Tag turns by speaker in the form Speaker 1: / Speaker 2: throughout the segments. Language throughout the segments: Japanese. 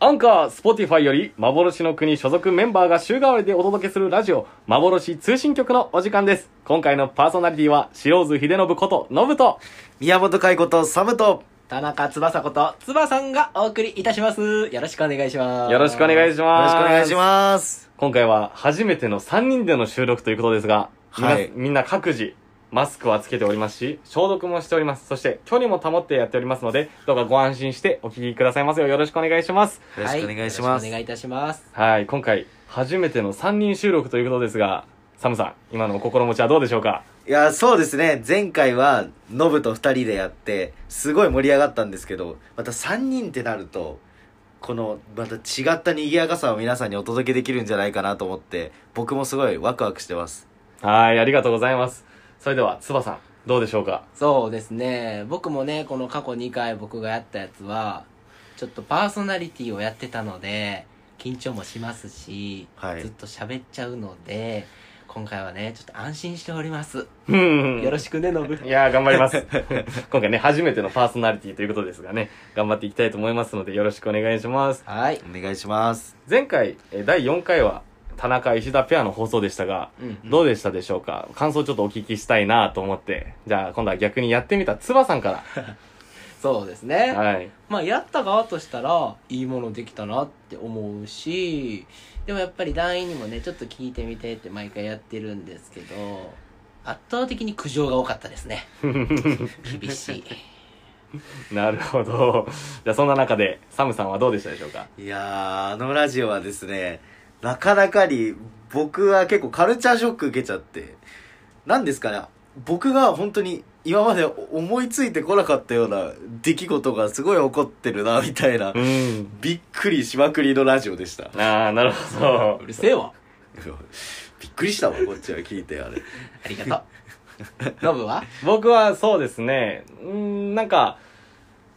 Speaker 1: アンカー、スポティファイより、幻の国所属メンバーが週替わりでお届けするラジオ、幻通信局のお時間です。今回のパーソナリティは、塩津秀信こと、信と、
Speaker 2: 宮本海子とサブと
Speaker 3: 田中翼ことつばさんがお送りいたしますよろしくお願いします
Speaker 1: よろしくお願いし
Speaker 2: よろ
Speaker 1: ま
Speaker 2: し
Speaker 1: す。
Speaker 2: くお願いします
Speaker 1: 今回は、初めての3人での収録ということですが、
Speaker 2: は
Speaker 1: み
Speaker 2: い
Speaker 1: んなみんな各自、マスクはつけておりますし、消毒もしております。そして、距離も保ってやっておりますので、どうかご安心してお聞きくださいますようよろしくお願いします。
Speaker 2: よろしくお願いしま
Speaker 3: は
Speaker 2: す、
Speaker 3: よろしくお願いいたします
Speaker 1: はい、今回、初めての3人収録ということですが、サムさん、今のお心持ちはどうでしょうか
Speaker 2: いやそうですね前回はノブと2人でやってすごい盛り上がったんですけどまた3人ってなるとこのまた違った賑やかさを皆さんにお届けできるんじゃないかなと思って僕もすごいワクワクしてます
Speaker 1: はい、ありがとうございます。それでは、つばさん、どうでしょうか
Speaker 3: そうですね僕もねこの過去2回僕がやったやつはちょっとパーソナリティをやってたので緊張もしますし、
Speaker 2: はい
Speaker 3: ずっと喋っちゃうので今回はねちょっと安心しております、
Speaker 1: よ
Speaker 3: よろしくねノブ
Speaker 1: いやー、頑張ります。 今回ね、初めてのパーソナリティということですがね、頑張っていきたいと思いますので、よろしくお願いします。
Speaker 3: はい、
Speaker 2: お願いします
Speaker 1: 前回、え第4回は、田中、石田ペアの放送でしたが、
Speaker 3: うん、
Speaker 1: どうでしたでしょうか感想ちょっとお聞きしたいなと思って。じゃあ、今度は逆にやってみたつばさんか
Speaker 3: そうですね
Speaker 1: ら。はい。
Speaker 3: まあやった側としたらいいものできたなって思うしでもやっぱり団員にもねちょっと聞いてみてって毎回やってるんですけど圧倒的に苦情が多かったですね厳しい
Speaker 1: なるほど。じゃあ、そんな中で、サムさんはどうでしたでしょうか
Speaker 2: いやーあのラジオはですねなかなかに僕は結構カルチャーショック受けちゃってなんですかね僕が本当に今まで思いついてこなかったような出来事がすごい起こってるなみたいな
Speaker 1: うん。
Speaker 2: びっくりしまくりのラジオでした
Speaker 1: ああ、なるほど
Speaker 3: う。るせえわ
Speaker 2: びっくりしたわこっちは聞いてあれ
Speaker 3: ありがとうノブは
Speaker 1: 僕はそうですね、うーん、なんか、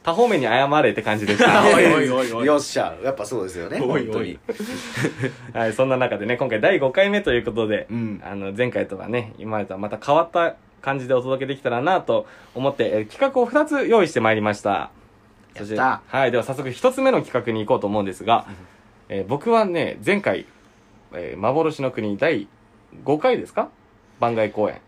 Speaker 1: 多方面に謝れって感じ でした。
Speaker 3: おいおいおいおい
Speaker 2: よっしゃやっぱそうですよね
Speaker 3: おいおい
Speaker 2: 本当 に
Speaker 1: はい、そんな中でね、今回第5回目ということで、
Speaker 2: うん
Speaker 1: あの、前回とはね、今までとはまた変わった感じでお届けできたらなと思って、えー企画を2つ用意してまいりました。
Speaker 3: や
Speaker 1: そ
Speaker 3: っ
Speaker 1: して
Speaker 3: た
Speaker 1: はい、では早速1つ目の企画に行こうと思うんですが、えー僕はね、前回、えー幻の国第5回ですか番外公演。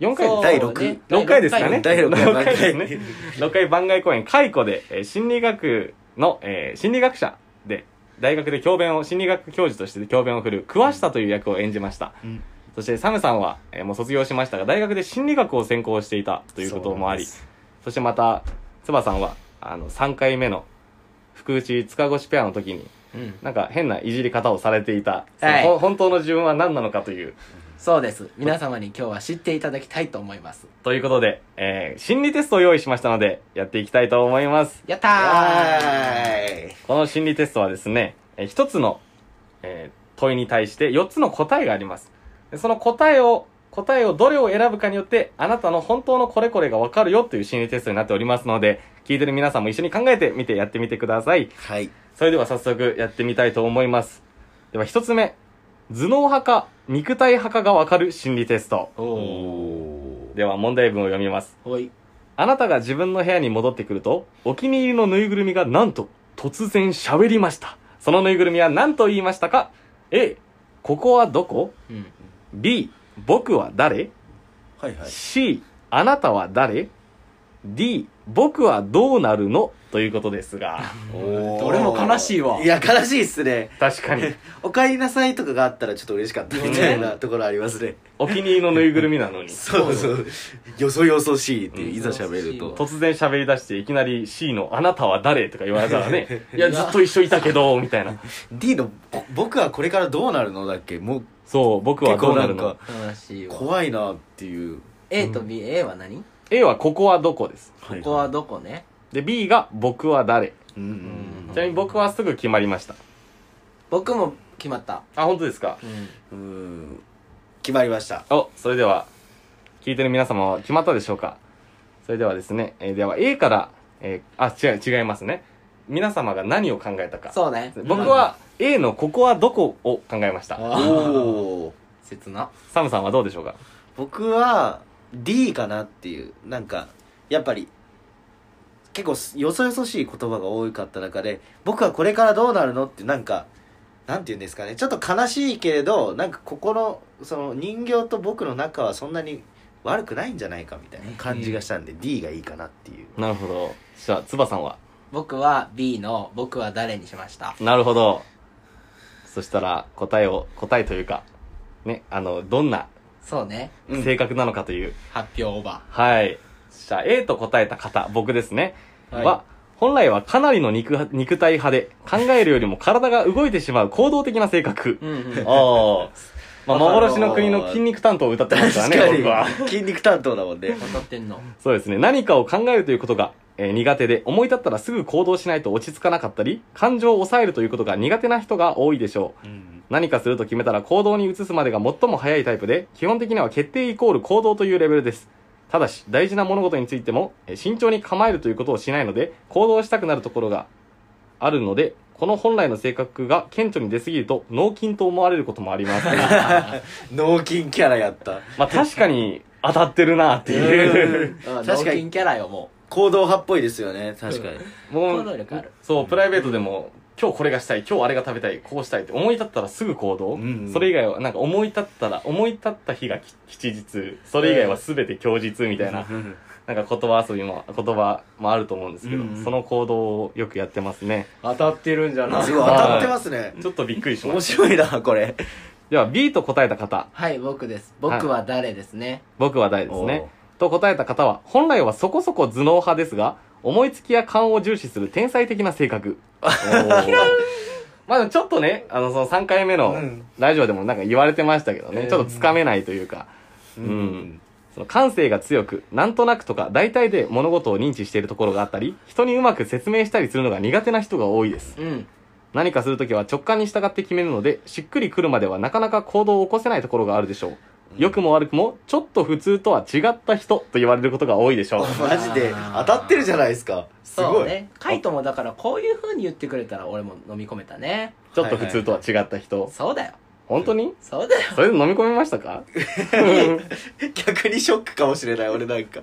Speaker 1: 4回です
Speaker 3: そう
Speaker 2: 第六
Speaker 3: ね
Speaker 1: 6回ですかね
Speaker 2: 第六回
Speaker 1: 六ですね6回 番外公演解雇で、えー心理学の、えー心理学者で大学で教鞭を心理学教授として教鞭を振る桑下という役を演じました、
Speaker 2: うん
Speaker 1: そしてサムさんは、えーもう卒業しましたが大学で心理学を専攻していたということもありそ
Speaker 2: そう
Speaker 1: してまたつばさんはあの3回目の福内塚越ペアの時に
Speaker 3: うん
Speaker 1: なんか変ないじり方をされていた、
Speaker 3: はい
Speaker 1: そのほ本当の自分は何なのかという
Speaker 3: そうです皆様に今日は知っていただきたいと思います
Speaker 1: ということで、えー心理テストを用意しましたのでやっていきたいと思います
Speaker 3: やった
Speaker 2: なん
Speaker 3: ー
Speaker 2: ですわーい
Speaker 1: この心理テストはですね、えー一つの、えー問いに対して4つの答えがあります。でその答えを、答えをどれを選ぶかによって、あなたの本当のこれこれがわかるよという心理テストになっておりますので、聞いてる皆さんも一緒に考えてみてやってみてください。
Speaker 2: はい
Speaker 1: それでは早速やってみたいと思います。では一つ目。頭脳派か肉体派かがわかる心理テスト。
Speaker 3: おお
Speaker 1: では問題文を読みます。
Speaker 3: おい
Speaker 1: あなたが自分の部屋に戻ってくると、お気に入りのぬいぐるみがなんと突然喋りました。そのぬいぐるみは何と言いましたか ?A、ここはどこ
Speaker 3: うん
Speaker 1: ?B、僕は誰
Speaker 2: はいはい
Speaker 1: ?C、あなたは誰 ?D、僕はどうなるのということです が、
Speaker 3: どれも悲しいわ
Speaker 2: いや悲しいっすね
Speaker 1: 確かに、
Speaker 2: 「 おかえりなさい」とかがあったらちょっと嬉しかったみたいなところありますね
Speaker 1: お気に入りのぬいぐるみなのに、
Speaker 2: そうそうよそよそしいっていう
Speaker 1: うん
Speaker 2: いざ喋る
Speaker 3: よそよ
Speaker 2: と
Speaker 3: そ
Speaker 1: 突然喋り出していきなり C の「あなたは誰?」とか言われたら ね「いやずっと一緒いたけど」みたいな
Speaker 2: D のぼ「僕はこれからどうなるの?」だっけもう
Speaker 1: そう僕は
Speaker 2: 結
Speaker 1: どう
Speaker 2: 構
Speaker 1: な
Speaker 2: な
Speaker 1: る
Speaker 2: ん
Speaker 1: の
Speaker 2: か
Speaker 3: 悲しいわ
Speaker 2: 怖いなっていう
Speaker 3: A と BA は何
Speaker 1: A は「ここはどこ?」です
Speaker 2: こ
Speaker 3: ここはどこね
Speaker 1: で B が「僕は誰?
Speaker 2: うんうん」
Speaker 1: ちなみに僕はすぐ決まりました
Speaker 3: 僕も決まった
Speaker 1: あ本当ですか
Speaker 3: うん
Speaker 2: うん決まりました
Speaker 1: おそれでは聞いてる皆様は決まったでしょうかそれではですね、えーでは A から、えーあ違う違いますね皆様が何を考えたか
Speaker 3: そうね
Speaker 1: 僕は A の「ここはどこ?」を考えました
Speaker 2: おおー
Speaker 3: 切な
Speaker 1: サムさんはどうでしょうか
Speaker 2: 僕は D かなっていうなんかやっぱり結構よそよそしい言葉が多かった中で僕はこれからどうなるのってなんかなんて言うんですかねちょっと悲しいけれどなんかここのその人形と僕の仲はそんなに悪くないんじゃないかみたいな感じがしたんで D がいいかなっていう
Speaker 1: なるほどじゃあつばさんは
Speaker 3: 僕は B の僕は誰にしました
Speaker 1: なるほど。そしたら答えを、答えというか、ね、あの、どんな
Speaker 3: そうね
Speaker 2: うん
Speaker 1: 性格なのかという。
Speaker 3: 発表オーバ
Speaker 1: はい。じゃあ A と答えた方、僕ですね。
Speaker 3: ー
Speaker 1: は、本来はかなりの肉は肉体派で、考えるよりも体が動いてしまう行動的な性格。
Speaker 3: うんうん
Speaker 1: ああ。 まあ、幻の国の筋肉担当を歌ってます
Speaker 2: 確
Speaker 1: から
Speaker 2: か
Speaker 1: ね、僕は。
Speaker 2: に筋肉担当だもんね
Speaker 3: 当たってん の
Speaker 1: そうですね。何かを考えるということが、えー苦手で、思い立ったらすぐ行動しないと落ち着かなかったり、感情を抑えるということが苦手な人が多いでしょう。何かすると決めたら行動に移すまでが最も早いタイプで、基本的には決定イコール行動というレベルです。ただし、大事な物事についても、えー慎重に構えるということをしないので、行動したくなるところがあるので、この本来の性格が顕著に出すぎると、脳筋と思われることもあります。
Speaker 2: 脳筋キャラやった
Speaker 1: まあ確かに当たってるなっていう。
Speaker 3: 確
Speaker 2: 確
Speaker 3: か
Speaker 2: か
Speaker 3: に
Speaker 2: に
Speaker 3: キャラよも
Speaker 2: 行動派っぽいですよね確かに
Speaker 1: も
Speaker 3: 行動力ある
Speaker 1: そう、プライベートでも、今日これがしたい、今日あれが食べたい、こうしたいって思い立ったらすぐ行動。
Speaker 2: うんうん
Speaker 1: それ以外は、なんか思い立ったら、思い立った日がき吉日、それ以外は全て供日みたいな、なんか言葉遊びも、言葉もあると思うんですけど、
Speaker 2: うんうん
Speaker 1: その行動をよくやってますね。
Speaker 3: う当たってるんじゃ
Speaker 2: すごい当たってますね
Speaker 1: ちょっとびっくりしま
Speaker 2: 面
Speaker 1: した。
Speaker 2: 白いなこれ
Speaker 1: では B と答えた方、
Speaker 3: はい僕です僕は誰ですね
Speaker 1: 僕は誰ですね。と答えた方は、本来はそこそこ頭脳派ですが、思いつきや勘を重視する天才的な性格。 まあでもちょっとね、あの、その3回目の
Speaker 2: うん
Speaker 1: ラジオでもなんか言われてましたけどね、
Speaker 2: うん
Speaker 1: ちょっとつかめないというか、
Speaker 2: う
Speaker 1: うんその感性が強く、なんとなくとか大体で物事を認知しているところがあったり、人にうまく説明したりするのが苦手な人が多いです。
Speaker 3: うん
Speaker 1: 何かするときは直感に従って決めるので、しっくりくるまではなかなか行動を起こせないところがあるでしょう。良くも悪くも、ちょっと普通とは違った人と言われることが多いでしょう。
Speaker 2: マジで当たってるじゃないですかす
Speaker 3: そ
Speaker 2: ご
Speaker 3: う
Speaker 2: い
Speaker 3: ねカイトもだからこういう風に言ってくれたら俺も飲み込めたね
Speaker 1: ちょっと普通とは違った人。
Speaker 3: そうだよ
Speaker 1: 本当に
Speaker 3: そうだよ
Speaker 1: それで飲み込みました か
Speaker 2: 逆にショックかもしれない俺なんか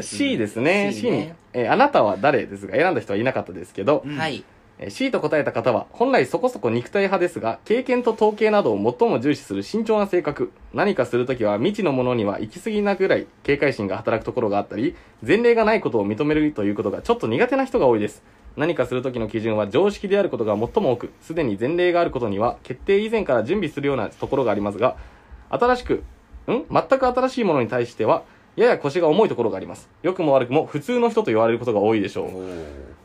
Speaker 1: C ですね。
Speaker 3: C
Speaker 1: C に、えーあなたは誰ですが、選んだ人はいなかったですけど、
Speaker 2: うん
Speaker 3: はい
Speaker 1: えー C と答えた方は、本来そこそこ肉体派ですが、経験と統計などを最も重視する慎重な性格。何かするときは未知のものには行き過ぎなぐらい警戒心が働くところがあったり、前例がないことを認めるということがちょっと苦手な人が多いです。何かするときの基準は常識であることが最も多く、すでに前例があることには決定以前から準備するようなところがありますが、新しく、ん全く新しいものに対しては、やや腰が重いところがあります。良くも悪くも普通の人と言われることが多いでしょう。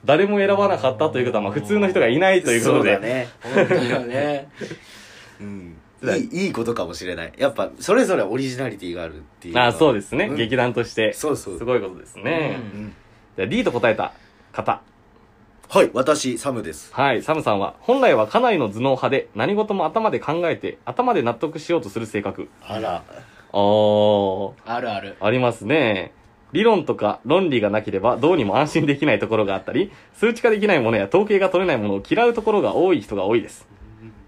Speaker 1: 誰も選ばなかったということは、まあ、普通の人がいないというこ
Speaker 2: そ
Speaker 1: と
Speaker 2: うだ
Speaker 1: で、
Speaker 2: ね
Speaker 3: 本 当だね
Speaker 2: うんいいいいことかもしれないやっぱそれぞれオリジナリティがあるっていう
Speaker 1: ああそうですすね、
Speaker 2: うん
Speaker 1: 劇団として
Speaker 2: そうそう
Speaker 1: すごいことですね、
Speaker 3: うん
Speaker 1: じゃあ D と答えた方
Speaker 2: はい私サムです
Speaker 1: はいサムさんは本来はかなりの頭脳派で何事も頭で考えて頭で納得しようとする性格
Speaker 2: あら
Speaker 1: あー
Speaker 3: あるある
Speaker 1: ありますね理論とか論理がなければどうにも安心できないところがあったり数値化できないものや統計が取れないものを嫌うところが多い人が多いです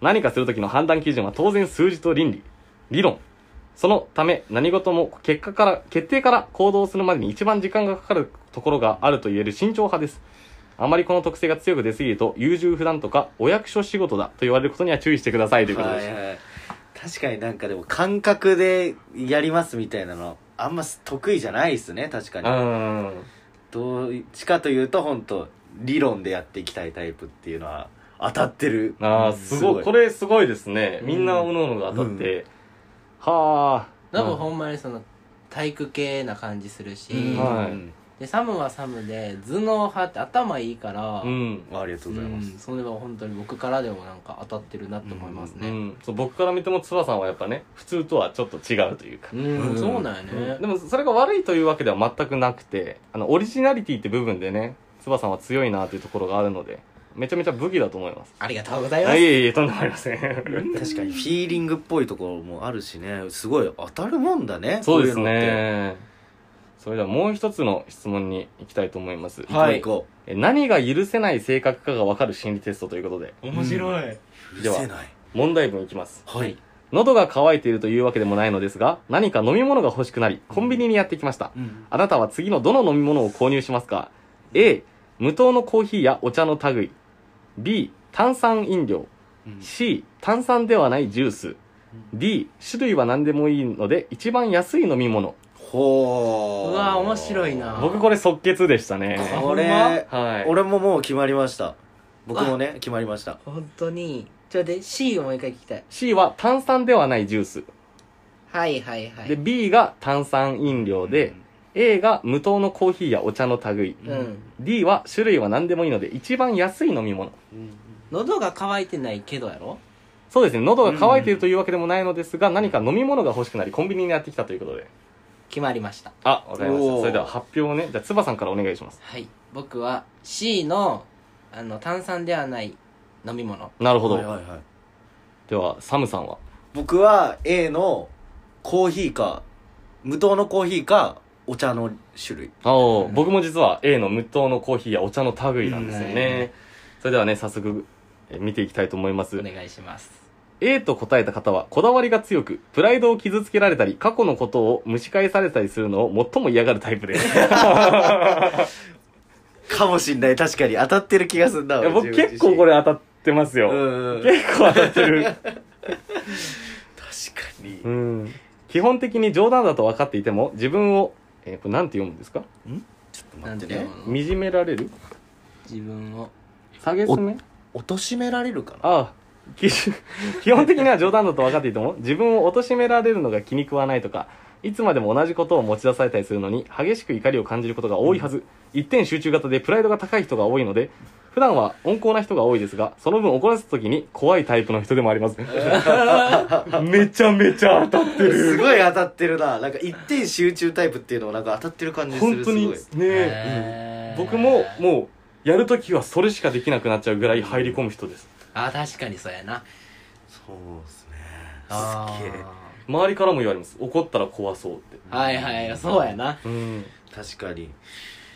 Speaker 1: 何かするときの判断基準は当然数字と倫理、理論。そのため何事も結果から、決定から行動するまでに一番時間がかかるところがあると言える慎重派です。あまりこの特性が強く出すぎると、優柔不断とか、お役所仕事だと言われることには注意してくださいということ
Speaker 2: は
Speaker 1: です。
Speaker 2: いはい確かになんかでも感覚でやりますみたいなのあんま得意じゃないですね確か
Speaker 1: うーん。
Speaker 2: どっちかというと本当理論でやっていきたいタイプっていうのは当たってる
Speaker 1: ああ、
Speaker 2: うん
Speaker 1: すごい。これすごいですね。みんな各々が当たって。はあ。
Speaker 3: ノブほんまにその体育系な感じするし、
Speaker 2: うん
Speaker 1: はい
Speaker 2: うん
Speaker 3: でサムはサムで頭脳派って頭いいから、
Speaker 1: うん。
Speaker 2: ありがとうございます、
Speaker 3: うんそれは本当に僕からでもなんか当たってるなと思います
Speaker 1: う
Speaker 3: ね
Speaker 1: ん、そう僕から見てもつばさんはやっぱね普通とはちょっと違うというか
Speaker 3: う、ん、
Speaker 2: うん
Speaker 3: そうなんやね、
Speaker 1: でもそれが悪いというわけでは全くなくてあのオリジナリティって部分でねつばさんは強いなというところがあるのでめちゃめちゃ武器だと思います
Speaker 3: ありがとうございま
Speaker 1: あ
Speaker 3: す
Speaker 1: いえいえとんでもありませ ん
Speaker 2: 確かにフィーリングっぽいところもあるしねすごい当たるもんだね
Speaker 1: そうです
Speaker 2: こいのって
Speaker 1: ねそれではもう一つの質問に行きたいと思います、
Speaker 2: はい行こ
Speaker 1: え何が許せない性格かが分かる心理テストということで
Speaker 2: 面白
Speaker 3: い、
Speaker 2: う
Speaker 1: では
Speaker 2: 許せない
Speaker 1: 問題文いきます
Speaker 2: はい
Speaker 1: 喉が渇いているというわけでもないのですが何か飲み物が欲しくなりコンビニにやってきましたあなたは次のどの飲み物を購入しますか ?A、無糖のコーヒーやお茶の類。B、炭酸飲料。
Speaker 2: うん
Speaker 1: C、炭酸ではないジュース。D、種類は何でもいいので、一番安い飲み物。
Speaker 2: ほ
Speaker 3: うわ面白いな
Speaker 1: 僕これ即決でしたね。
Speaker 3: あ
Speaker 2: こ
Speaker 3: ほん
Speaker 2: れ
Speaker 1: はい。
Speaker 2: 俺ももう決まりました僕もね決まりました
Speaker 3: 本当にちょっと待って C をもう一回聞きたい
Speaker 1: C は炭酸ではないジュース。
Speaker 3: はいはいはい
Speaker 1: で、B が炭酸飲料で、A が無糖のコーヒーやお茶の類。
Speaker 3: うん、
Speaker 1: D は種類は何でもいいので、一番安い飲み物。
Speaker 2: うん
Speaker 3: 喉が渇いてないけどやろ
Speaker 1: そうですね。喉が渇いているというわけでもないのですが、何か飲み物が欲しくなり、コンビニにやってきたということで。
Speaker 3: 決まりました
Speaker 1: あ、わかりまし
Speaker 2: お
Speaker 1: た。
Speaker 2: ー
Speaker 1: それでは発表をね、じゃあ、つばさんからお願いします。
Speaker 3: はい僕は C のあの炭酸ではない飲み物
Speaker 1: なるほど。
Speaker 2: はいはいはい
Speaker 1: では、サムさんは
Speaker 2: 僕は A のコーヒーか無糖のコーヒーかお茶の種類
Speaker 1: あお、僕も実は A の無糖のコーヒーやお茶の類なんですよ
Speaker 3: うんはい
Speaker 1: ね。それではね、早速、え見ていきたいと思いま
Speaker 3: お
Speaker 1: す。
Speaker 3: 願いします
Speaker 1: A と答えた方は、こだわりが強く、プライドを傷つけられたり、過去のことを蒸し返されたりするのを最も嫌がるタイプ です。
Speaker 2: かもしんない確かに当たってる気がするない
Speaker 1: や僕結構こ
Speaker 2: れ
Speaker 1: れ当たってます
Speaker 2: うん
Speaker 1: よ。
Speaker 2: うんうん
Speaker 1: 結構当たってる。
Speaker 2: 確かに
Speaker 1: うん基本的に冗談だと分かっていても自分を、えーこれなんて読むんですか
Speaker 2: ちょっと待って
Speaker 3: な
Speaker 2: ね
Speaker 3: んていうの
Speaker 1: 惨められる
Speaker 3: 自分を
Speaker 1: 下げすめ
Speaker 2: 貶としめられるかな
Speaker 1: ああ基準 基本的には冗談だと分かっていても自分を貶められるのが気に食わないとかいつまでも同じことを持ち出されたりするのに激しく怒りを感じることが多いはず、一点集中型でプライドが高い人が多いので普段は温厚な人が多いですがその分怒らせた時に怖いタイプの人でもあります めちゃめちゃ当たって
Speaker 2: す
Speaker 1: る
Speaker 2: ごい当たってるななんか一点集中タイプっていうのもなんか当たってる感じす
Speaker 1: 本
Speaker 2: る
Speaker 1: 当
Speaker 2: す
Speaker 1: に
Speaker 2: ご
Speaker 1: ね
Speaker 2: い
Speaker 1: え
Speaker 3: へー
Speaker 1: 僕ももうやるときはそれしかできなくなっちゃうぐらい入り込む人です
Speaker 3: あ確かにそうやな
Speaker 2: そうですね
Speaker 3: あ
Speaker 2: すっげえ
Speaker 3: ー
Speaker 1: 周りからも言われます怒ったら怖そうって
Speaker 3: はいはいそうやな
Speaker 1: うん
Speaker 2: 確かに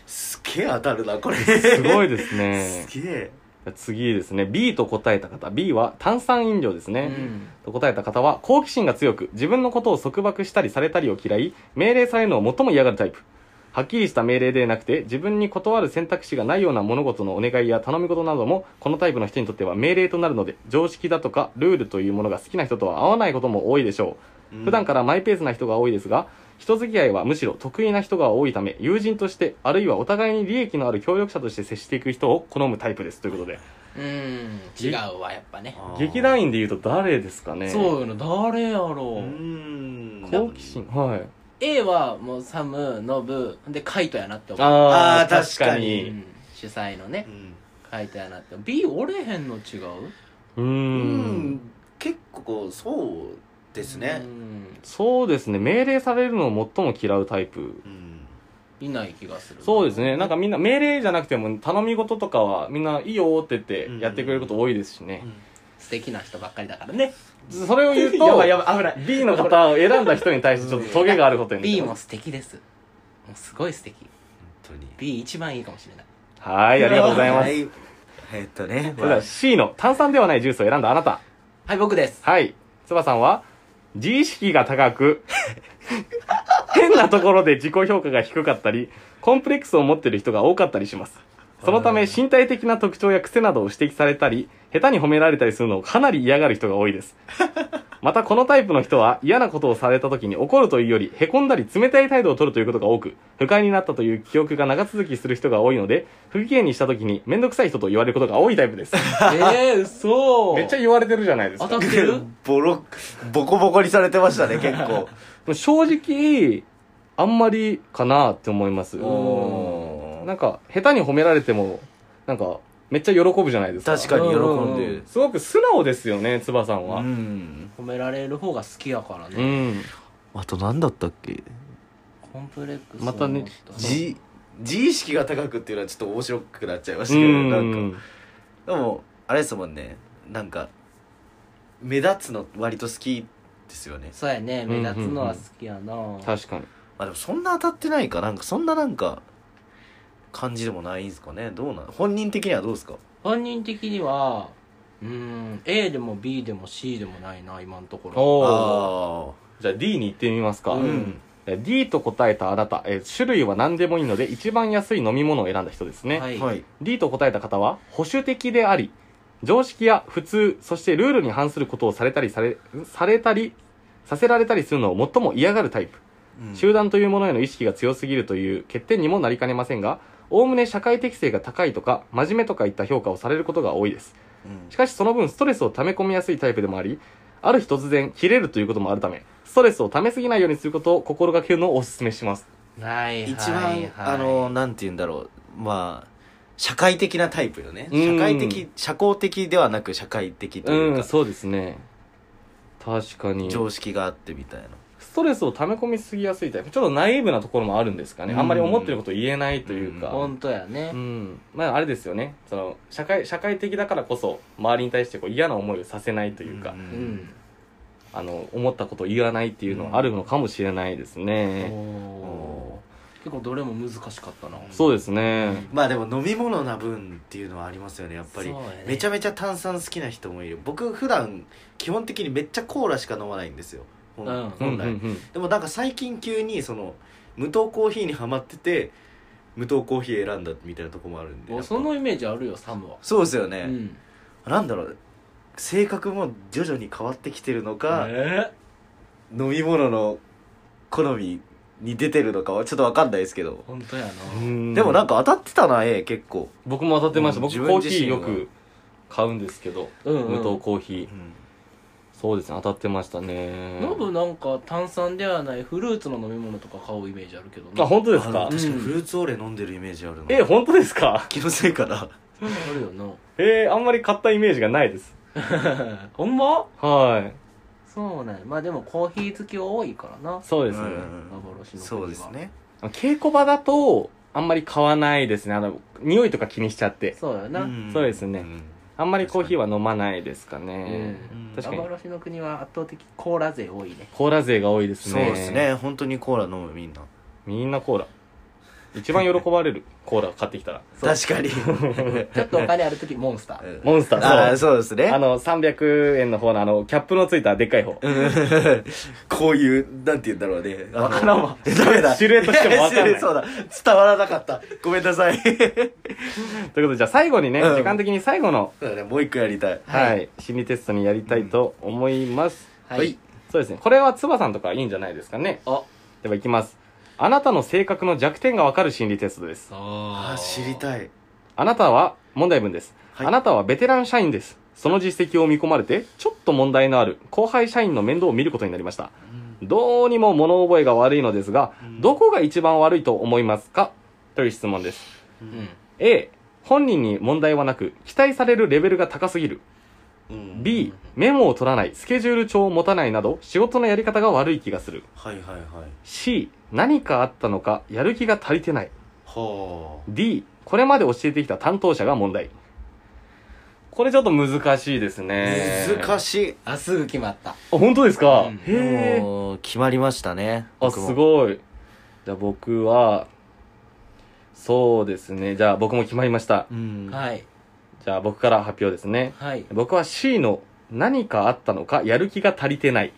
Speaker 2: すっげえ当たるなこれ
Speaker 1: す
Speaker 2: す
Speaker 1: ごい
Speaker 2: で
Speaker 1: ですね
Speaker 2: すげえ
Speaker 1: 次ですね B と答えた方 B は炭酸飲料です
Speaker 3: う
Speaker 1: ね、
Speaker 3: ん
Speaker 1: と答えた方は好奇心が強く自分のことを束縛したりされたりを嫌い命令されるのを最も嫌がるタイプはっきりした命令でなくて自分に断る選択肢がないような物事のお願いや頼み事などもこのタイプの人にとっては命令となるので常識だとかルールというものが好きな人とは合わないことも多いでしょう普段からマイペースな人が多いですが人付き合いはむしろ得意な人が多いため友人としてあるいはお互いに利益のある協力者として接していく人を好むタイプですということで
Speaker 3: うん違うわやっぱね
Speaker 2: あー
Speaker 1: 劇団員で言うと誰ですかね
Speaker 3: そういうの誰やろ
Speaker 2: う
Speaker 3: う
Speaker 2: ーん
Speaker 1: 好奇心はい
Speaker 3: A はもうサムノブでカイトやなって思う
Speaker 1: あ
Speaker 2: あー確か
Speaker 3: う
Speaker 2: に
Speaker 3: ん主催のね
Speaker 2: うん
Speaker 3: カイトやなって B おれへんの違う
Speaker 1: うー
Speaker 2: うんん結構そうですね
Speaker 3: うん
Speaker 1: そうですね命令されるのを最も嫌うタイプ
Speaker 2: うん
Speaker 3: いない気がする
Speaker 1: そうですねなんかみんな命令じゃなくても頼み事とかはみんないいよって言ってやってくれること多いですしね、
Speaker 3: 素敵な人ばっかりだからね
Speaker 1: それを言 うと
Speaker 3: やばいやばい危ない
Speaker 1: B の方を選んだ人に対してちょっとトゲがあることにな
Speaker 3: B
Speaker 1: りま
Speaker 3: も
Speaker 1: す
Speaker 3: 素敵ですもうすごい素敵
Speaker 2: 本当に
Speaker 3: B 一番いいかもしれない
Speaker 1: はいありがとうございます
Speaker 2: はいえっとね
Speaker 1: それでは C の炭酸ではないジュースを選んだあなた。
Speaker 3: はい僕 です
Speaker 1: はい。つばさんは、自意識が高く、 変なところで自己評価が低かったり、コンプレックスを持っている人が多かったりします。そのため身体的 な特徴や癖などを指摘されたり、下手に褒められたりするのをかなり嫌がる人が多いです。またこのタイプの人は嫌なことをされた時に怒るというよりへこんだり冷たい態度を取るということが多く不快になったという記憶が長続きする人が多いので不機嫌にした時に面倒くさい人と言われることが多いタイプです
Speaker 3: えー、嘘
Speaker 1: めっちゃ言われてるじゃないです
Speaker 3: 当
Speaker 1: か
Speaker 3: たってる
Speaker 2: ボロボコボコにされてましたね結構
Speaker 1: 正直あんまりかなって思います
Speaker 2: おー
Speaker 1: なんか下手に褒められてもなんかめっちゃ喜ぶじゃないですか
Speaker 2: 確かに喜ん
Speaker 3: うんうんう
Speaker 2: で
Speaker 3: ん
Speaker 1: すごく素直ですよねつばさんは
Speaker 2: ん
Speaker 3: 褒められる方が好きやから
Speaker 1: う
Speaker 3: ね、
Speaker 1: ん
Speaker 2: あと何だったっけ
Speaker 3: コンプレックスを持
Speaker 1: ま
Speaker 3: った
Speaker 1: ね
Speaker 2: 自自意識が高くっていうのはちょっと面白くなっちゃいました
Speaker 1: う
Speaker 2: けど
Speaker 1: ん
Speaker 2: なんかでもあれですもんねなんか目立つの割と好きですよね
Speaker 3: そうやね
Speaker 1: うんうん
Speaker 3: 目
Speaker 1: うん
Speaker 3: 立つのは好きやな、
Speaker 1: 確かに
Speaker 2: あでもそんな当たってないかなんかそんななんか感じでもないんですかねどうなん本人的にはどうですか
Speaker 3: 本人的にはうーん A でも B でも C でもないな今のところ
Speaker 1: おー
Speaker 2: あ
Speaker 1: じゃあ D に行ってみますか、
Speaker 2: あう
Speaker 3: う
Speaker 2: んん
Speaker 1: えー D と答えたあなた、えー種類は何でもいいので一番安い飲み物を選んだ人ですね、
Speaker 3: はい、
Speaker 2: はい
Speaker 1: D と答えた方は保守的であり常識や普通そしてルールに反することをされたりされされたりさせられたりするのを最も嫌がるタイプ、集団というものへの意識が強すぎるという欠点にもなりかねませんがおおむね社会適性が高いとか真面目とかいった評価をされることが多いです
Speaker 2: うん
Speaker 1: しかしその分ストレスを溜め込みやすいタイプでもあり、ある日突然切れるということもあるため、ストレスを溜めすぎないようにすることを心がけるのをお勧めします。
Speaker 3: はいはい
Speaker 2: 一番、
Speaker 3: はい
Speaker 2: あのなんて言うんだろうまあ社会的なタイプよね
Speaker 1: うん
Speaker 2: 社会的社交的ではなく社会的というか、
Speaker 1: そうですね。確かに。
Speaker 2: 常識があってみたいな
Speaker 1: ストレスを溜め込みすぎやすいタイプ。ちょっとナイーブなところもあるんですかね。
Speaker 2: うん
Speaker 1: あんまり思ってることを言えないというか。
Speaker 3: 本当やね、
Speaker 1: うん、まああれですよねその社会社会的だからこそ周りに対してこう嫌な思いをさせないというか、
Speaker 3: うん
Speaker 2: ん
Speaker 1: あの思ったことを言わないっていうのはあるのかもしれないですね、
Speaker 3: おー結構どれも難しかったな
Speaker 1: そうですね
Speaker 2: まあでも飲み物な分っていうのはありますよねやっぱり、
Speaker 3: そうやね
Speaker 2: めちゃめちゃ炭酸好きな人もいる僕普段基本的にめっちゃコーラしか飲まないんですよ、ほん
Speaker 3: うん
Speaker 2: 本来、
Speaker 1: うんうんうん
Speaker 2: でもなんか最近急にその無糖コーヒーにハマってて無糖コーヒー選んだみたいなとこもあるんでや
Speaker 3: もう
Speaker 2: っぱ
Speaker 3: そのイメージあるよサムは、
Speaker 2: そうですよね、
Speaker 3: うん
Speaker 2: なんだろう性格も徐々に変わってきてるのか、
Speaker 3: え
Speaker 2: 飲み物の好みに出てるのかはちょっとわかんないですけど
Speaker 3: ー、、本当やな
Speaker 2: でもなん
Speaker 1: か
Speaker 2: んか当たってたな A 結構、
Speaker 1: 僕も当たってました、
Speaker 2: うん
Speaker 1: 僕
Speaker 2: 自
Speaker 1: コ
Speaker 2: 分
Speaker 1: ーヒ
Speaker 2: 自
Speaker 1: ー
Speaker 2: 身
Speaker 1: よ
Speaker 2: は
Speaker 1: く買うんですけど、
Speaker 3: うんうん
Speaker 1: 無糖コーヒー
Speaker 2: ん、
Speaker 1: そうですね当たってましたね
Speaker 3: ノブなんか炭酸ではないフルーツの飲み物とか買うイメージあるけどね
Speaker 1: あ本当です
Speaker 2: あ
Speaker 1: か
Speaker 2: の確かにフルーツオレ飲んでるイメージあるの、
Speaker 1: え本当ですか
Speaker 2: 気のせいかな
Speaker 3: あるよな
Speaker 1: えー、あんまり買ったイメージがないです
Speaker 3: ほんま
Speaker 1: はい
Speaker 3: そうなんやまあでもコーヒー好き多いからな
Speaker 1: そうですね、
Speaker 3: 幻の国は
Speaker 2: そうですね
Speaker 1: 稽古場だとあんまり買わないですねあの匂いとか気にしちゃって
Speaker 3: そうやな、
Speaker 2: ん
Speaker 1: そうですね
Speaker 2: ん
Speaker 1: あんまりコーヒーは飲まないですかね、
Speaker 3: うん
Speaker 1: 確かに
Speaker 3: 幻の国は圧倒的コーラ勢多い ね
Speaker 1: コーラ勢が多いです
Speaker 2: そう
Speaker 1: ね
Speaker 2: ですね本当にコーラ飲むみんな
Speaker 1: みんなコーラ一番喜ばれるコーラ買ってきたら
Speaker 3: そう
Speaker 2: 確かに
Speaker 3: ちょっとお金ある時モンスター
Speaker 1: モンスターそう
Speaker 2: ああそうですね
Speaker 1: あの300円の方のあのキャップのついたでっかい方
Speaker 2: うんこういう、なんて言うんだろうね。わ
Speaker 1: からんわ
Speaker 2: ダメだ。
Speaker 1: シルエットしてもわかんない
Speaker 2: そうだ。伝わらなかった。ごめんな さい。
Speaker 1: ということで、じゃあ最後にね、
Speaker 2: うん
Speaker 1: 時間的に最後の、
Speaker 2: そうだね、もう一個やりたい。
Speaker 1: はいい、心理テストにやりたいと思います。
Speaker 3: はい、
Speaker 1: そうですね。これはつばさんとかいいんじゃないですかね。
Speaker 3: あ
Speaker 1: では行きます。あなたの性格の弱点がわかる心理テストです。
Speaker 3: あ
Speaker 2: あー、知り
Speaker 3: い
Speaker 2: たい。
Speaker 1: あなたは、問題文です。
Speaker 2: はい
Speaker 1: あなたはベテラン社員です。その実績を見込まれて、ちょっと問題のある後輩社員の面倒を見ることになりました。どうにも物覚えが悪いのですが、
Speaker 2: うん
Speaker 1: どこが一番悪いと思いますかという質問です。
Speaker 2: う
Speaker 3: うんん
Speaker 1: A 本人に問題はなく期待されるレベルが高すぎる
Speaker 2: うん。
Speaker 1: B メモを取らないスケジュール帳を持たないなど仕事のやり方が悪い気がする
Speaker 2: はいはいはい。は
Speaker 1: C 何かあったのかやる気が足りてない
Speaker 2: あ。
Speaker 1: D これまで教えてきた担当者が問題これちょっと難しいですね
Speaker 2: 難
Speaker 1: しい
Speaker 2: しい。
Speaker 3: あすぐ決まった
Speaker 1: あ本当ですか、
Speaker 3: うん
Speaker 1: へえ
Speaker 2: もう、決まりましたね。
Speaker 1: あ
Speaker 2: 僕
Speaker 1: す
Speaker 2: も。
Speaker 1: ごいじゃあ僕はそうですねじゃあ僕も決まりました
Speaker 2: うん。
Speaker 3: はい
Speaker 1: じゃあ僕から発表ですね
Speaker 3: はい
Speaker 1: 僕は C の何かあったのかやる気が足りてない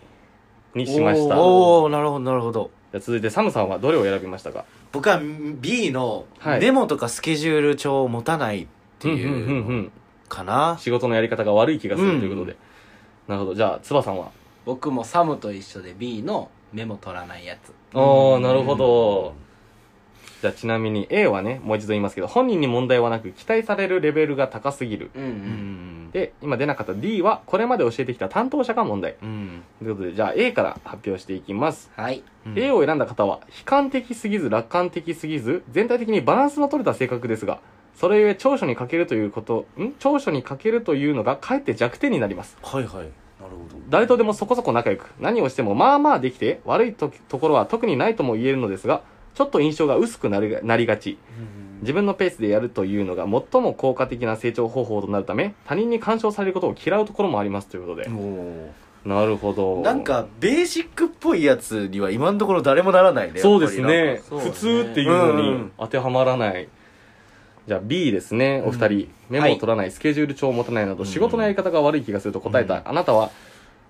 Speaker 1: にしましたじゃ
Speaker 2: おー、なるほどなるほど。
Speaker 1: あ続いてサムさんはどれを選びましたか
Speaker 2: 僕は B の
Speaker 1: はい
Speaker 2: メモとかスケジュール帳を持たないって
Speaker 1: うんうんうん
Speaker 2: いううんかな。
Speaker 1: 仕事のやり方が悪い気がするということ
Speaker 2: う
Speaker 1: で、なるほどじゃあつばさんは
Speaker 3: 僕もサムと一緒で B のメモ取らないやつ
Speaker 1: おー、なるほど。じゃあちなみに A はね、もう一度言いますけど、本人に問題はなく期待されるレベルが高すぎる。
Speaker 3: うんう
Speaker 2: うんん
Speaker 1: で、今出なかった D は、これまで教えてきた担当者が問題。
Speaker 2: うん
Speaker 1: ということで、じゃあ A から発表していきます。
Speaker 3: はい
Speaker 1: A を選んだ方は、悲観的すぎず楽観的すぎず、全体的にバランスの取れた性格ですが、それゆえ長所に欠けるということ、ん長所に欠けるというのがかえって弱点になります。
Speaker 2: はいはいなるほど
Speaker 1: 誰とでもそこそこ仲良く、何をしてもまあまあできて、悪いとところは特にないとも言えるのですが、ちょっと印象が薄くなりがなりがち。自分のペースでやるというのが最も効果的な成長方法となるため、他人に干渉されることを嫌うところもありますということで。
Speaker 2: も
Speaker 1: なるほど。
Speaker 2: うなん、かベーシックっぽいやつには今のところ誰もならないね
Speaker 1: そうです
Speaker 2: やっ
Speaker 1: ね。
Speaker 3: ぱりなんか
Speaker 1: 普通っていうの
Speaker 2: うんう
Speaker 1: に
Speaker 2: ん
Speaker 1: 当てはまらない。じゃあ B ですね、お二人。メモを取らない、スケジュール帳を持たないなど、
Speaker 2: うん
Speaker 1: 仕事のやり方が悪い気がすると答え
Speaker 2: うん
Speaker 1: たあなたは、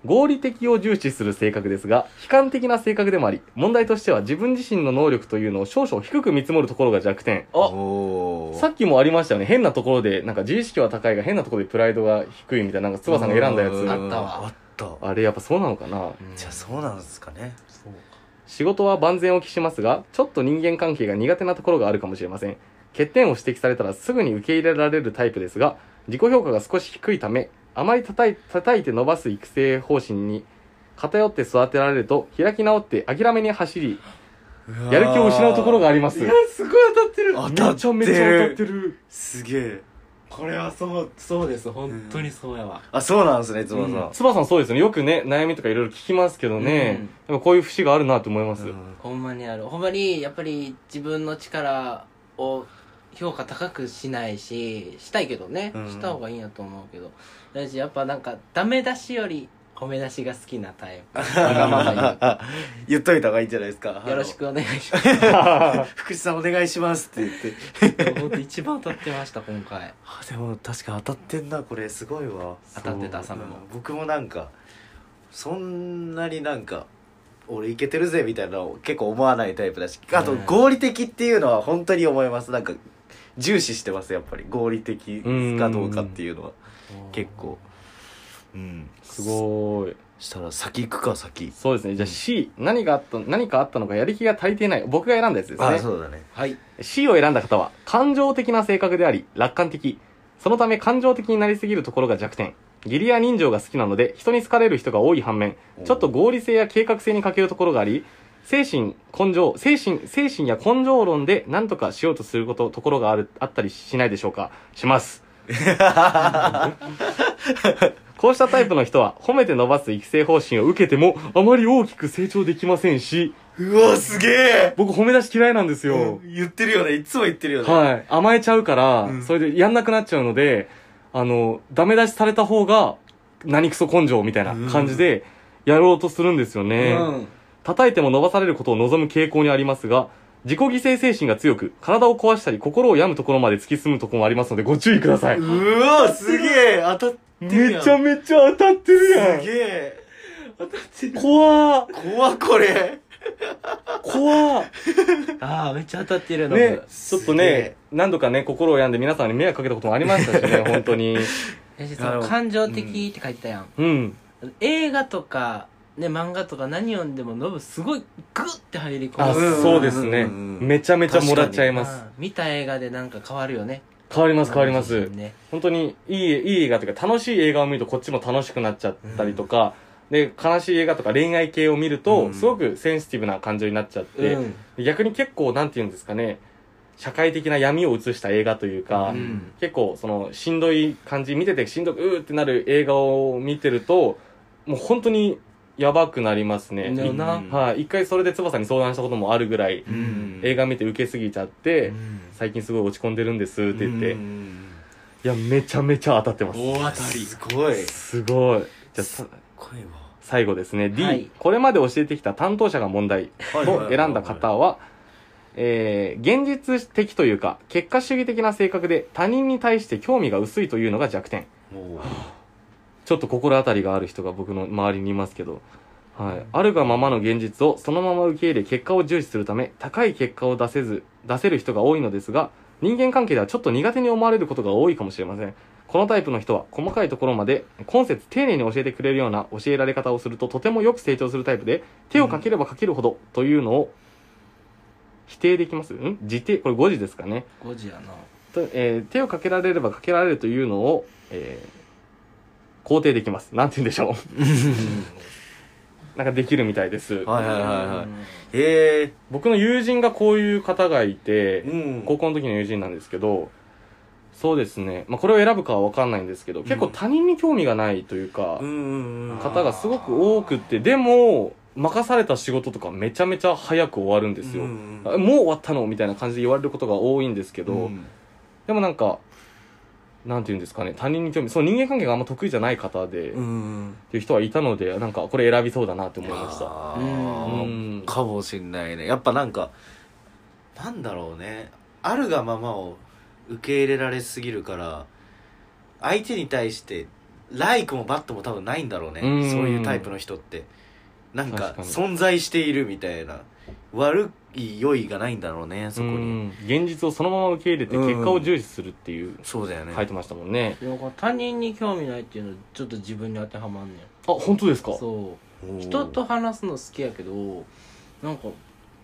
Speaker 1: 合理的を重視する性格ですが、悲観的な性格でもあり、問題としては自分自身の能力というのを少々低く見積もるところが弱点。
Speaker 2: ぱりな
Speaker 3: あ
Speaker 2: お
Speaker 1: さっきもありましたよね。変なところで、なんか自意識は高いが変なところでプライドが低いみたいな、なんかつばさんが選んだや
Speaker 2: う
Speaker 1: つ。
Speaker 3: あったわ
Speaker 2: あった
Speaker 1: あれやっぱそうなのかな
Speaker 2: じゃあそうなんですかね
Speaker 3: そう
Speaker 1: 仕事は万全を期しますが、ちょっと人間関係が苦手なところがあるかもしれません。欠点を指摘されたらすぐに受け入れられるタイプですが、自己評価が少し低いため、あまり叩い叩いて伸ばす育成方針に偏って育てられると、開き直って諦めに走り、やる気を失うところがあ
Speaker 2: り
Speaker 1: ります。め
Speaker 3: すごい当たってる
Speaker 2: 当
Speaker 1: ち
Speaker 2: た
Speaker 1: ゃ
Speaker 2: っ
Speaker 1: め
Speaker 2: て
Speaker 1: ち
Speaker 2: る
Speaker 1: ゃ当たってる。
Speaker 2: すげえ
Speaker 3: これはそうそうです本当にそうやわ、
Speaker 2: あそうなんですねいつもさん
Speaker 1: つばさんそうですね。よくね、悩みとかいろいろ聞きますけどね。でもこういう節があるなと思います。
Speaker 2: うん
Speaker 3: ほんまにあるほんまにやっぱり自分の力を評価高くしないししたいけどね、
Speaker 2: うん
Speaker 3: した方がいいんやと思うけどだしやっぱなんかダメ出しより褒め出しが好きなタイプ
Speaker 2: 言っといた方がいいんじゃないですか
Speaker 3: よろしくお願い します
Speaker 2: 福士さんお願いしますって言って
Speaker 3: ほんと一番当たってました今回
Speaker 2: あでも確かに当たってんなこれすごいわ
Speaker 3: 当たってた
Speaker 2: そ
Speaker 3: 朝
Speaker 2: う
Speaker 3: も
Speaker 2: うん僕もなんかそんなになんか俺いけてるぜみたいなのを結構思わないタイプだしあと
Speaker 3: うん
Speaker 2: 合理的っていうのは本当に思いますなんか重視してますやっぱり合理的かどうかっていうのは結構うん
Speaker 1: すごい。
Speaker 2: したら先行くか先
Speaker 1: そうですね。じゃあ C、何があった、何かあったのかやる気が足りていない。僕が選んだやつですね。
Speaker 2: あそうだね
Speaker 3: はい
Speaker 1: C を選んだ方は、感情的な性格であり、楽観的。そのため感情的になりすぎるところが弱点。義理や人情が好きなので、人に好かれる人が多い反面、ちょっと合理性や計画性に欠けるところがあり、精神、根性、精神、精神や根性論で何とかしようとすること、ところがある、あったりしないでしょうかします。こうしたタイプの人は、褒めて伸ばす育成方針を受けても、あまり大きく成長できませんし、
Speaker 2: うわすげえ
Speaker 1: 僕褒め出し嫌いなんですよ。
Speaker 2: 言ってるよねいつも言ってるよね
Speaker 1: はい。甘えちゃうから、
Speaker 2: うん
Speaker 1: それでやんなくなっちゃうので、あの、ダメ出しされた方が、何クソ根性みたいな感じで、やろうとするんですよね。
Speaker 3: うん
Speaker 1: 叩いても伸ばされることを望む傾向にありますが、自己犠牲精神が強く、体を壊したり心を病むところまで突き進むところもありますので、ご注意ください。
Speaker 2: うわすげえ当たってるやん
Speaker 1: めちゃめちゃ当たってるや
Speaker 2: すげえ
Speaker 1: ん。怖ー
Speaker 2: 怖っこれ
Speaker 1: 怖ー
Speaker 3: ああめっちゃ当たってるの、
Speaker 1: ね、ち
Speaker 2: す
Speaker 1: ょ
Speaker 2: げえ
Speaker 1: っとね、何度かね、心を病んで皆さんに迷惑かけたこともありましたし ね、本当に。
Speaker 3: えそ
Speaker 2: なるほ
Speaker 3: の
Speaker 2: ど
Speaker 3: 感情的って書いてたやん、
Speaker 1: うん。
Speaker 3: 映画とかね漫画とか何読んでもノブすごいグッて入り込
Speaker 1: あ、
Speaker 3: む
Speaker 2: うんうんうんうん
Speaker 1: そうですね。めちゃめちゃもらっちゃいます。
Speaker 3: うん見た映画でなんか変わるよね
Speaker 1: 変わります、変わりま
Speaker 3: そうですよ。ね
Speaker 1: 本当にいい、いい映画というか、楽しい映画を見るとこっちも楽しくなっちゃったりとか、で、悲しい映画とか恋愛系を見る
Speaker 2: う
Speaker 1: と、
Speaker 2: ん
Speaker 1: すごくセンシティブな感情になっちゃって、
Speaker 3: うん
Speaker 1: 逆に結構、なんて言うんですかね、社会的な闇を映した映画というか、
Speaker 3: うん
Speaker 1: 結構、その、しんどい感じ、見ててしんどく、うーってなる映画を見てると、もう本当にやばくなりますね。
Speaker 3: だよな
Speaker 1: うんはい。一回それで翼に相談したこともあるぐらい、
Speaker 2: うん
Speaker 1: 映画見て受けすぎちゃって、最近すごい落ち込んでるんですって言って、
Speaker 2: う
Speaker 1: い
Speaker 2: ん
Speaker 1: やめちゃめちゃ当たってます
Speaker 2: 大当たりすごい
Speaker 1: すごいじゃあさ
Speaker 2: 声
Speaker 1: 最後ですね D、
Speaker 3: はい
Speaker 1: これまで教えてきた担当者が問題を選んだ方は、えー、現実的というか結果主義的な性格で他人に対して興味が薄いというのが弱点
Speaker 2: も
Speaker 1: ちょっと心当たりがある人が僕の周りにいますけど、はい、あるがままの現実をそのまま受け入れ結果を重視するため高い結果を出せず出せる人が多いのですが人間関係ではちょっと苦手に思われることが多いかもしれませんこのタイプの人は細かいところまで今節丁寧に教えてくれるような教えられ方をするととてもよく成長するタイプで手をかければかけるほどというのを否定できますん自定これ5時ですかね
Speaker 3: 5時やな
Speaker 1: と、えー手をかけられればかけられるというのを、えー肯定できますなんて言うんでしょうなんかできるみたいです
Speaker 2: はいはいはいは
Speaker 3: う
Speaker 2: い
Speaker 3: ん
Speaker 2: へえ
Speaker 1: 僕の友人がこういう方がいて、
Speaker 2: うん
Speaker 1: 高校の時の友人なんですけどそうですね、まあ、これを選ぶかは分かんないんですけど、結構他人に興味がないというか、
Speaker 2: うんうんうん
Speaker 1: 方がすごく多くってでも任された仕事とかめちゃめちゃ早く終わるんですよ、
Speaker 2: うん
Speaker 1: あもう終わったのみたいな感じで言われることが多いんですけど、
Speaker 2: うん
Speaker 1: でもなんかなんていうんですかね他人に興味その人間関係があんま得意じゃない方で、
Speaker 2: う
Speaker 1: っ
Speaker 2: ん
Speaker 1: ていう人はいたのでなんかこれ選びそうだなって思いました
Speaker 2: あ
Speaker 1: う
Speaker 2: ー
Speaker 1: ん
Speaker 2: かもしんないねやっぱなんかなんだろうねあるがままを受け入れられすぎるから相手に対してライクもバットも多分ないんだろうね
Speaker 1: うん
Speaker 2: そういうタイプの人ってなんか
Speaker 1: 確かに
Speaker 2: 存在しているみたいな悪い良いがないんだろうねそこ
Speaker 1: う
Speaker 2: に
Speaker 1: ん現実をそのまま受け入れて
Speaker 2: うん
Speaker 1: 結果を重視するっていう
Speaker 2: そうだよね
Speaker 1: 書いてましたもんね、
Speaker 3: でもこの他人に興味ないっていうのちょっと自分に当てはまんねん
Speaker 1: あ本当ですか
Speaker 3: そう
Speaker 2: おー
Speaker 3: 人と話すの好きやけどなんか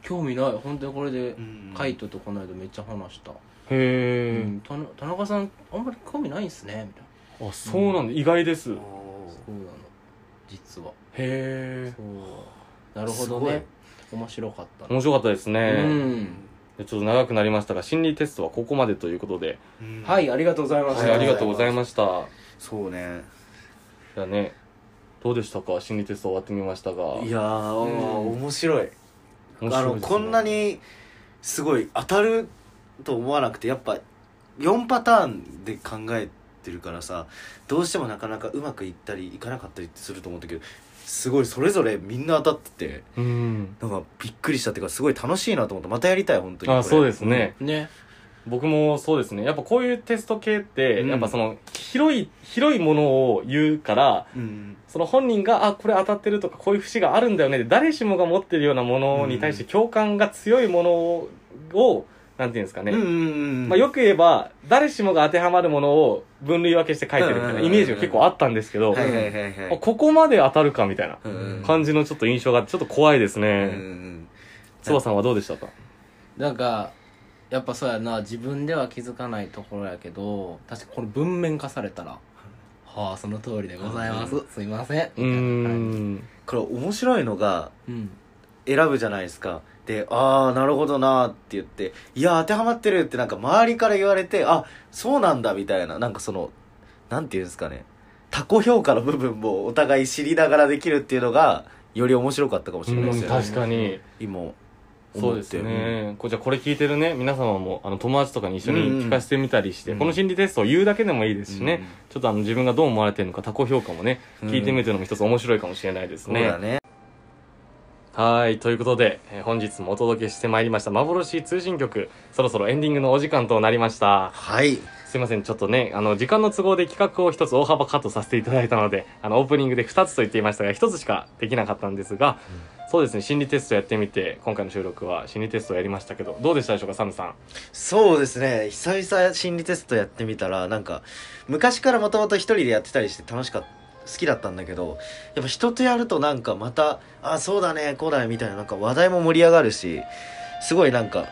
Speaker 3: 興味ない本当にこれで
Speaker 2: うん
Speaker 3: カイトとこの間めっちゃ話した、う
Speaker 1: へ
Speaker 3: ん、田田中さんあんまり興味ないんすねみたいな
Speaker 1: え、あそうなんだ意外です
Speaker 2: お
Speaker 1: へ
Speaker 2: ー
Speaker 3: そうなの実は
Speaker 1: え
Speaker 3: そうなるほどね面白かったな
Speaker 1: 面白かったですね、
Speaker 3: うん
Speaker 1: でちょっと長くなりましたが心理テストはここまでということで、
Speaker 2: うん
Speaker 3: はいありがとうございまし
Speaker 1: は
Speaker 3: た、
Speaker 1: い、あり
Speaker 2: が
Speaker 1: がとうございました
Speaker 2: そうね
Speaker 1: じゃあねどうでしたか心理テスト終わってみましたが
Speaker 2: いやー
Speaker 3: うん
Speaker 2: 面白い
Speaker 1: 面
Speaker 2: あ
Speaker 1: 白い
Speaker 2: の
Speaker 1: ですね
Speaker 2: こんなにすごい当たると思わなくてやっぱ4パターンで考えてるからさどうしてもなかなかうまくいったりいかなかったりすると思ったけどすごいそれぞれみんな当たってて
Speaker 1: うん
Speaker 2: なんかびっくりしたっていうかすごい楽しいなと思ってまたやりたい本当に
Speaker 1: あそうですすね、
Speaker 3: ね
Speaker 1: 僕もそうですねやっぱこういうテスト系って、
Speaker 2: うん
Speaker 1: やっぱその広い広いものを言うから
Speaker 2: うん
Speaker 1: その本人があこれ当たってるとかこういう節があるんだよねで誰しもが持ってるようなものに対して共感が強いものを、なんていうんですかね、
Speaker 2: うんうんうん
Speaker 1: まあ、よく言えば誰しもが当てはまるものを分類分けして書いてるみたいなイメージが結構あったんですけど、
Speaker 2: はいはいはいは
Speaker 1: あ
Speaker 2: い
Speaker 1: ここまで当たるかみたいな
Speaker 2: うんうん
Speaker 1: 感じのちょっと印象があってちょっと怖いです
Speaker 2: うんう
Speaker 1: ね。
Speaker 2: ん
Speaker 1: つばさんはどうでしたか
Speaker 3: なんかやっぱそうやな自分では気づかないところやけど確かにこれ文面化されたらはあその通りでございます、すいません
Speaker 1: う
Speaker 3: みたいな感じ
Speaker 1: ん。
Speaker 2: これ面白いのが
Speaker 3: うん
Speaker 2: 選ぶじゃないですかで「ああなるほどな」って言って「いや当てはまってる」ってなんか周りから言われて「あそうなんだ」みたいななんかそのなんていうんですかね他己評価の部分もお互い知りながらできるっていうのがより面白かったかもしれないですよね、
Speaker 1: 確かに。
Speaker 2: 今思って
Speaker 1: そうですね。こうじゃあこれ聞いてるね、皆様もあの友達とかに一緒に聞かせてみたりして、
Speaker 2: うん
Speaker 1: この心理テストを言うだけでもいいですしね、
Speaker 2: うん
Speaker 1: ちょっとあの自分がどう思われてるのか、他己評価もね、
Speaker 2: うん
Speaker 1: 聞いてみるのも一つ面白いかもしれないです
Speaker 2: そうだ
Speaker 1: ね。
Speaker 2: ね
Speaker 1: はい。ということで、えー本日もお届けしてまいりました、幻通信局、そろそろエンディングのお時間となりました。
Speaker 2: はい
Speaker 1: すいません、ちょっとね、あの、時間の都合で企画を一つ大幅カットさせていただいたので、あの、オープニングで二つと言っていましたが、一つしかできなかったんですが、そうですね、心理テストやってみて、今回の収録は心理テストをやりましたけど、どうでしたでしょうか、サムさん。
Speaker 2: そうですね久々心理テストやってみたらなんか昔からもともと一人でやってたりして楽しかった好きだったんだけどやっぱ人とやるとなんかまたあそうだねこうだねみたいななんか話題も盛り上がるしすごいなんか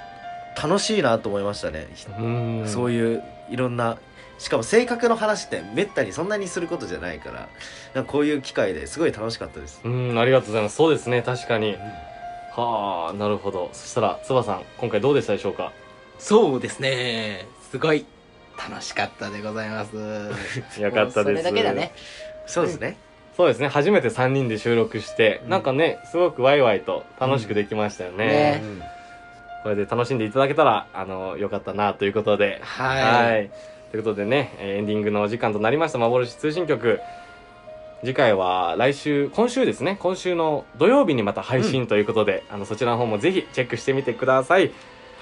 Speaker 2: 楽しいなと思いましたね、ひ
Speaker 1: うん
Speaker 2: そういういろんなしかも性格の話ってめったにそんなにすることじゃないからなんかこういう機会ですごい楽しかったです
Speaker 1: うん、ありがとうございます。そうですね、確かに。はあ、なるほど。そしたら、つばさん、今回どうでしたでしょうか
Speaker 3: そうですねすごい楽しかったでございます
Speaker 1: よかったです。
Speaker 3: もうそれだけだね
Speaker 2: そうですね、
Speaker 1: そうですね、初めて3人で収録して、
Speaker 2: うん
Speaker 1: なんかね、すごくワイワイと楽しくできましたよね。
Speaker 3: うんね
Speaker 2: うん
Speaker 1: これで楽しんでいただけたら、あの、よかったな、ということで。
Speaker 3: はい
Speaker 1: はい。ということでね、えーエンディングのお時間となりました、幻通信局。次回は来週、今週ですね、今週の土曜日にまた配信ということで、あの、そちらの方もぜひチェックしてみてください。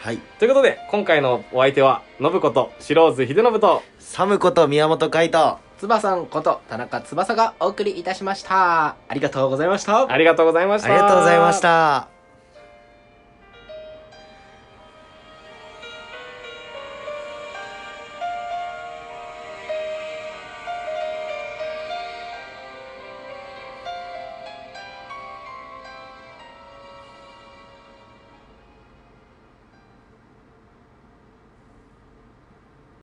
Speaker 2: はい
Speaker 1: ということで、今回のお相手は、信子と、白津秀信と、
Speaker 2: サムこと宮本海斗
Speaker 3: つばさんこと田中翼がお送りいたしましたありがとうございました
Speaker 1: ありがとうございまし
Speaker 2: あ
Speaker 1: た。
Speaker 2: りがとうございまし。た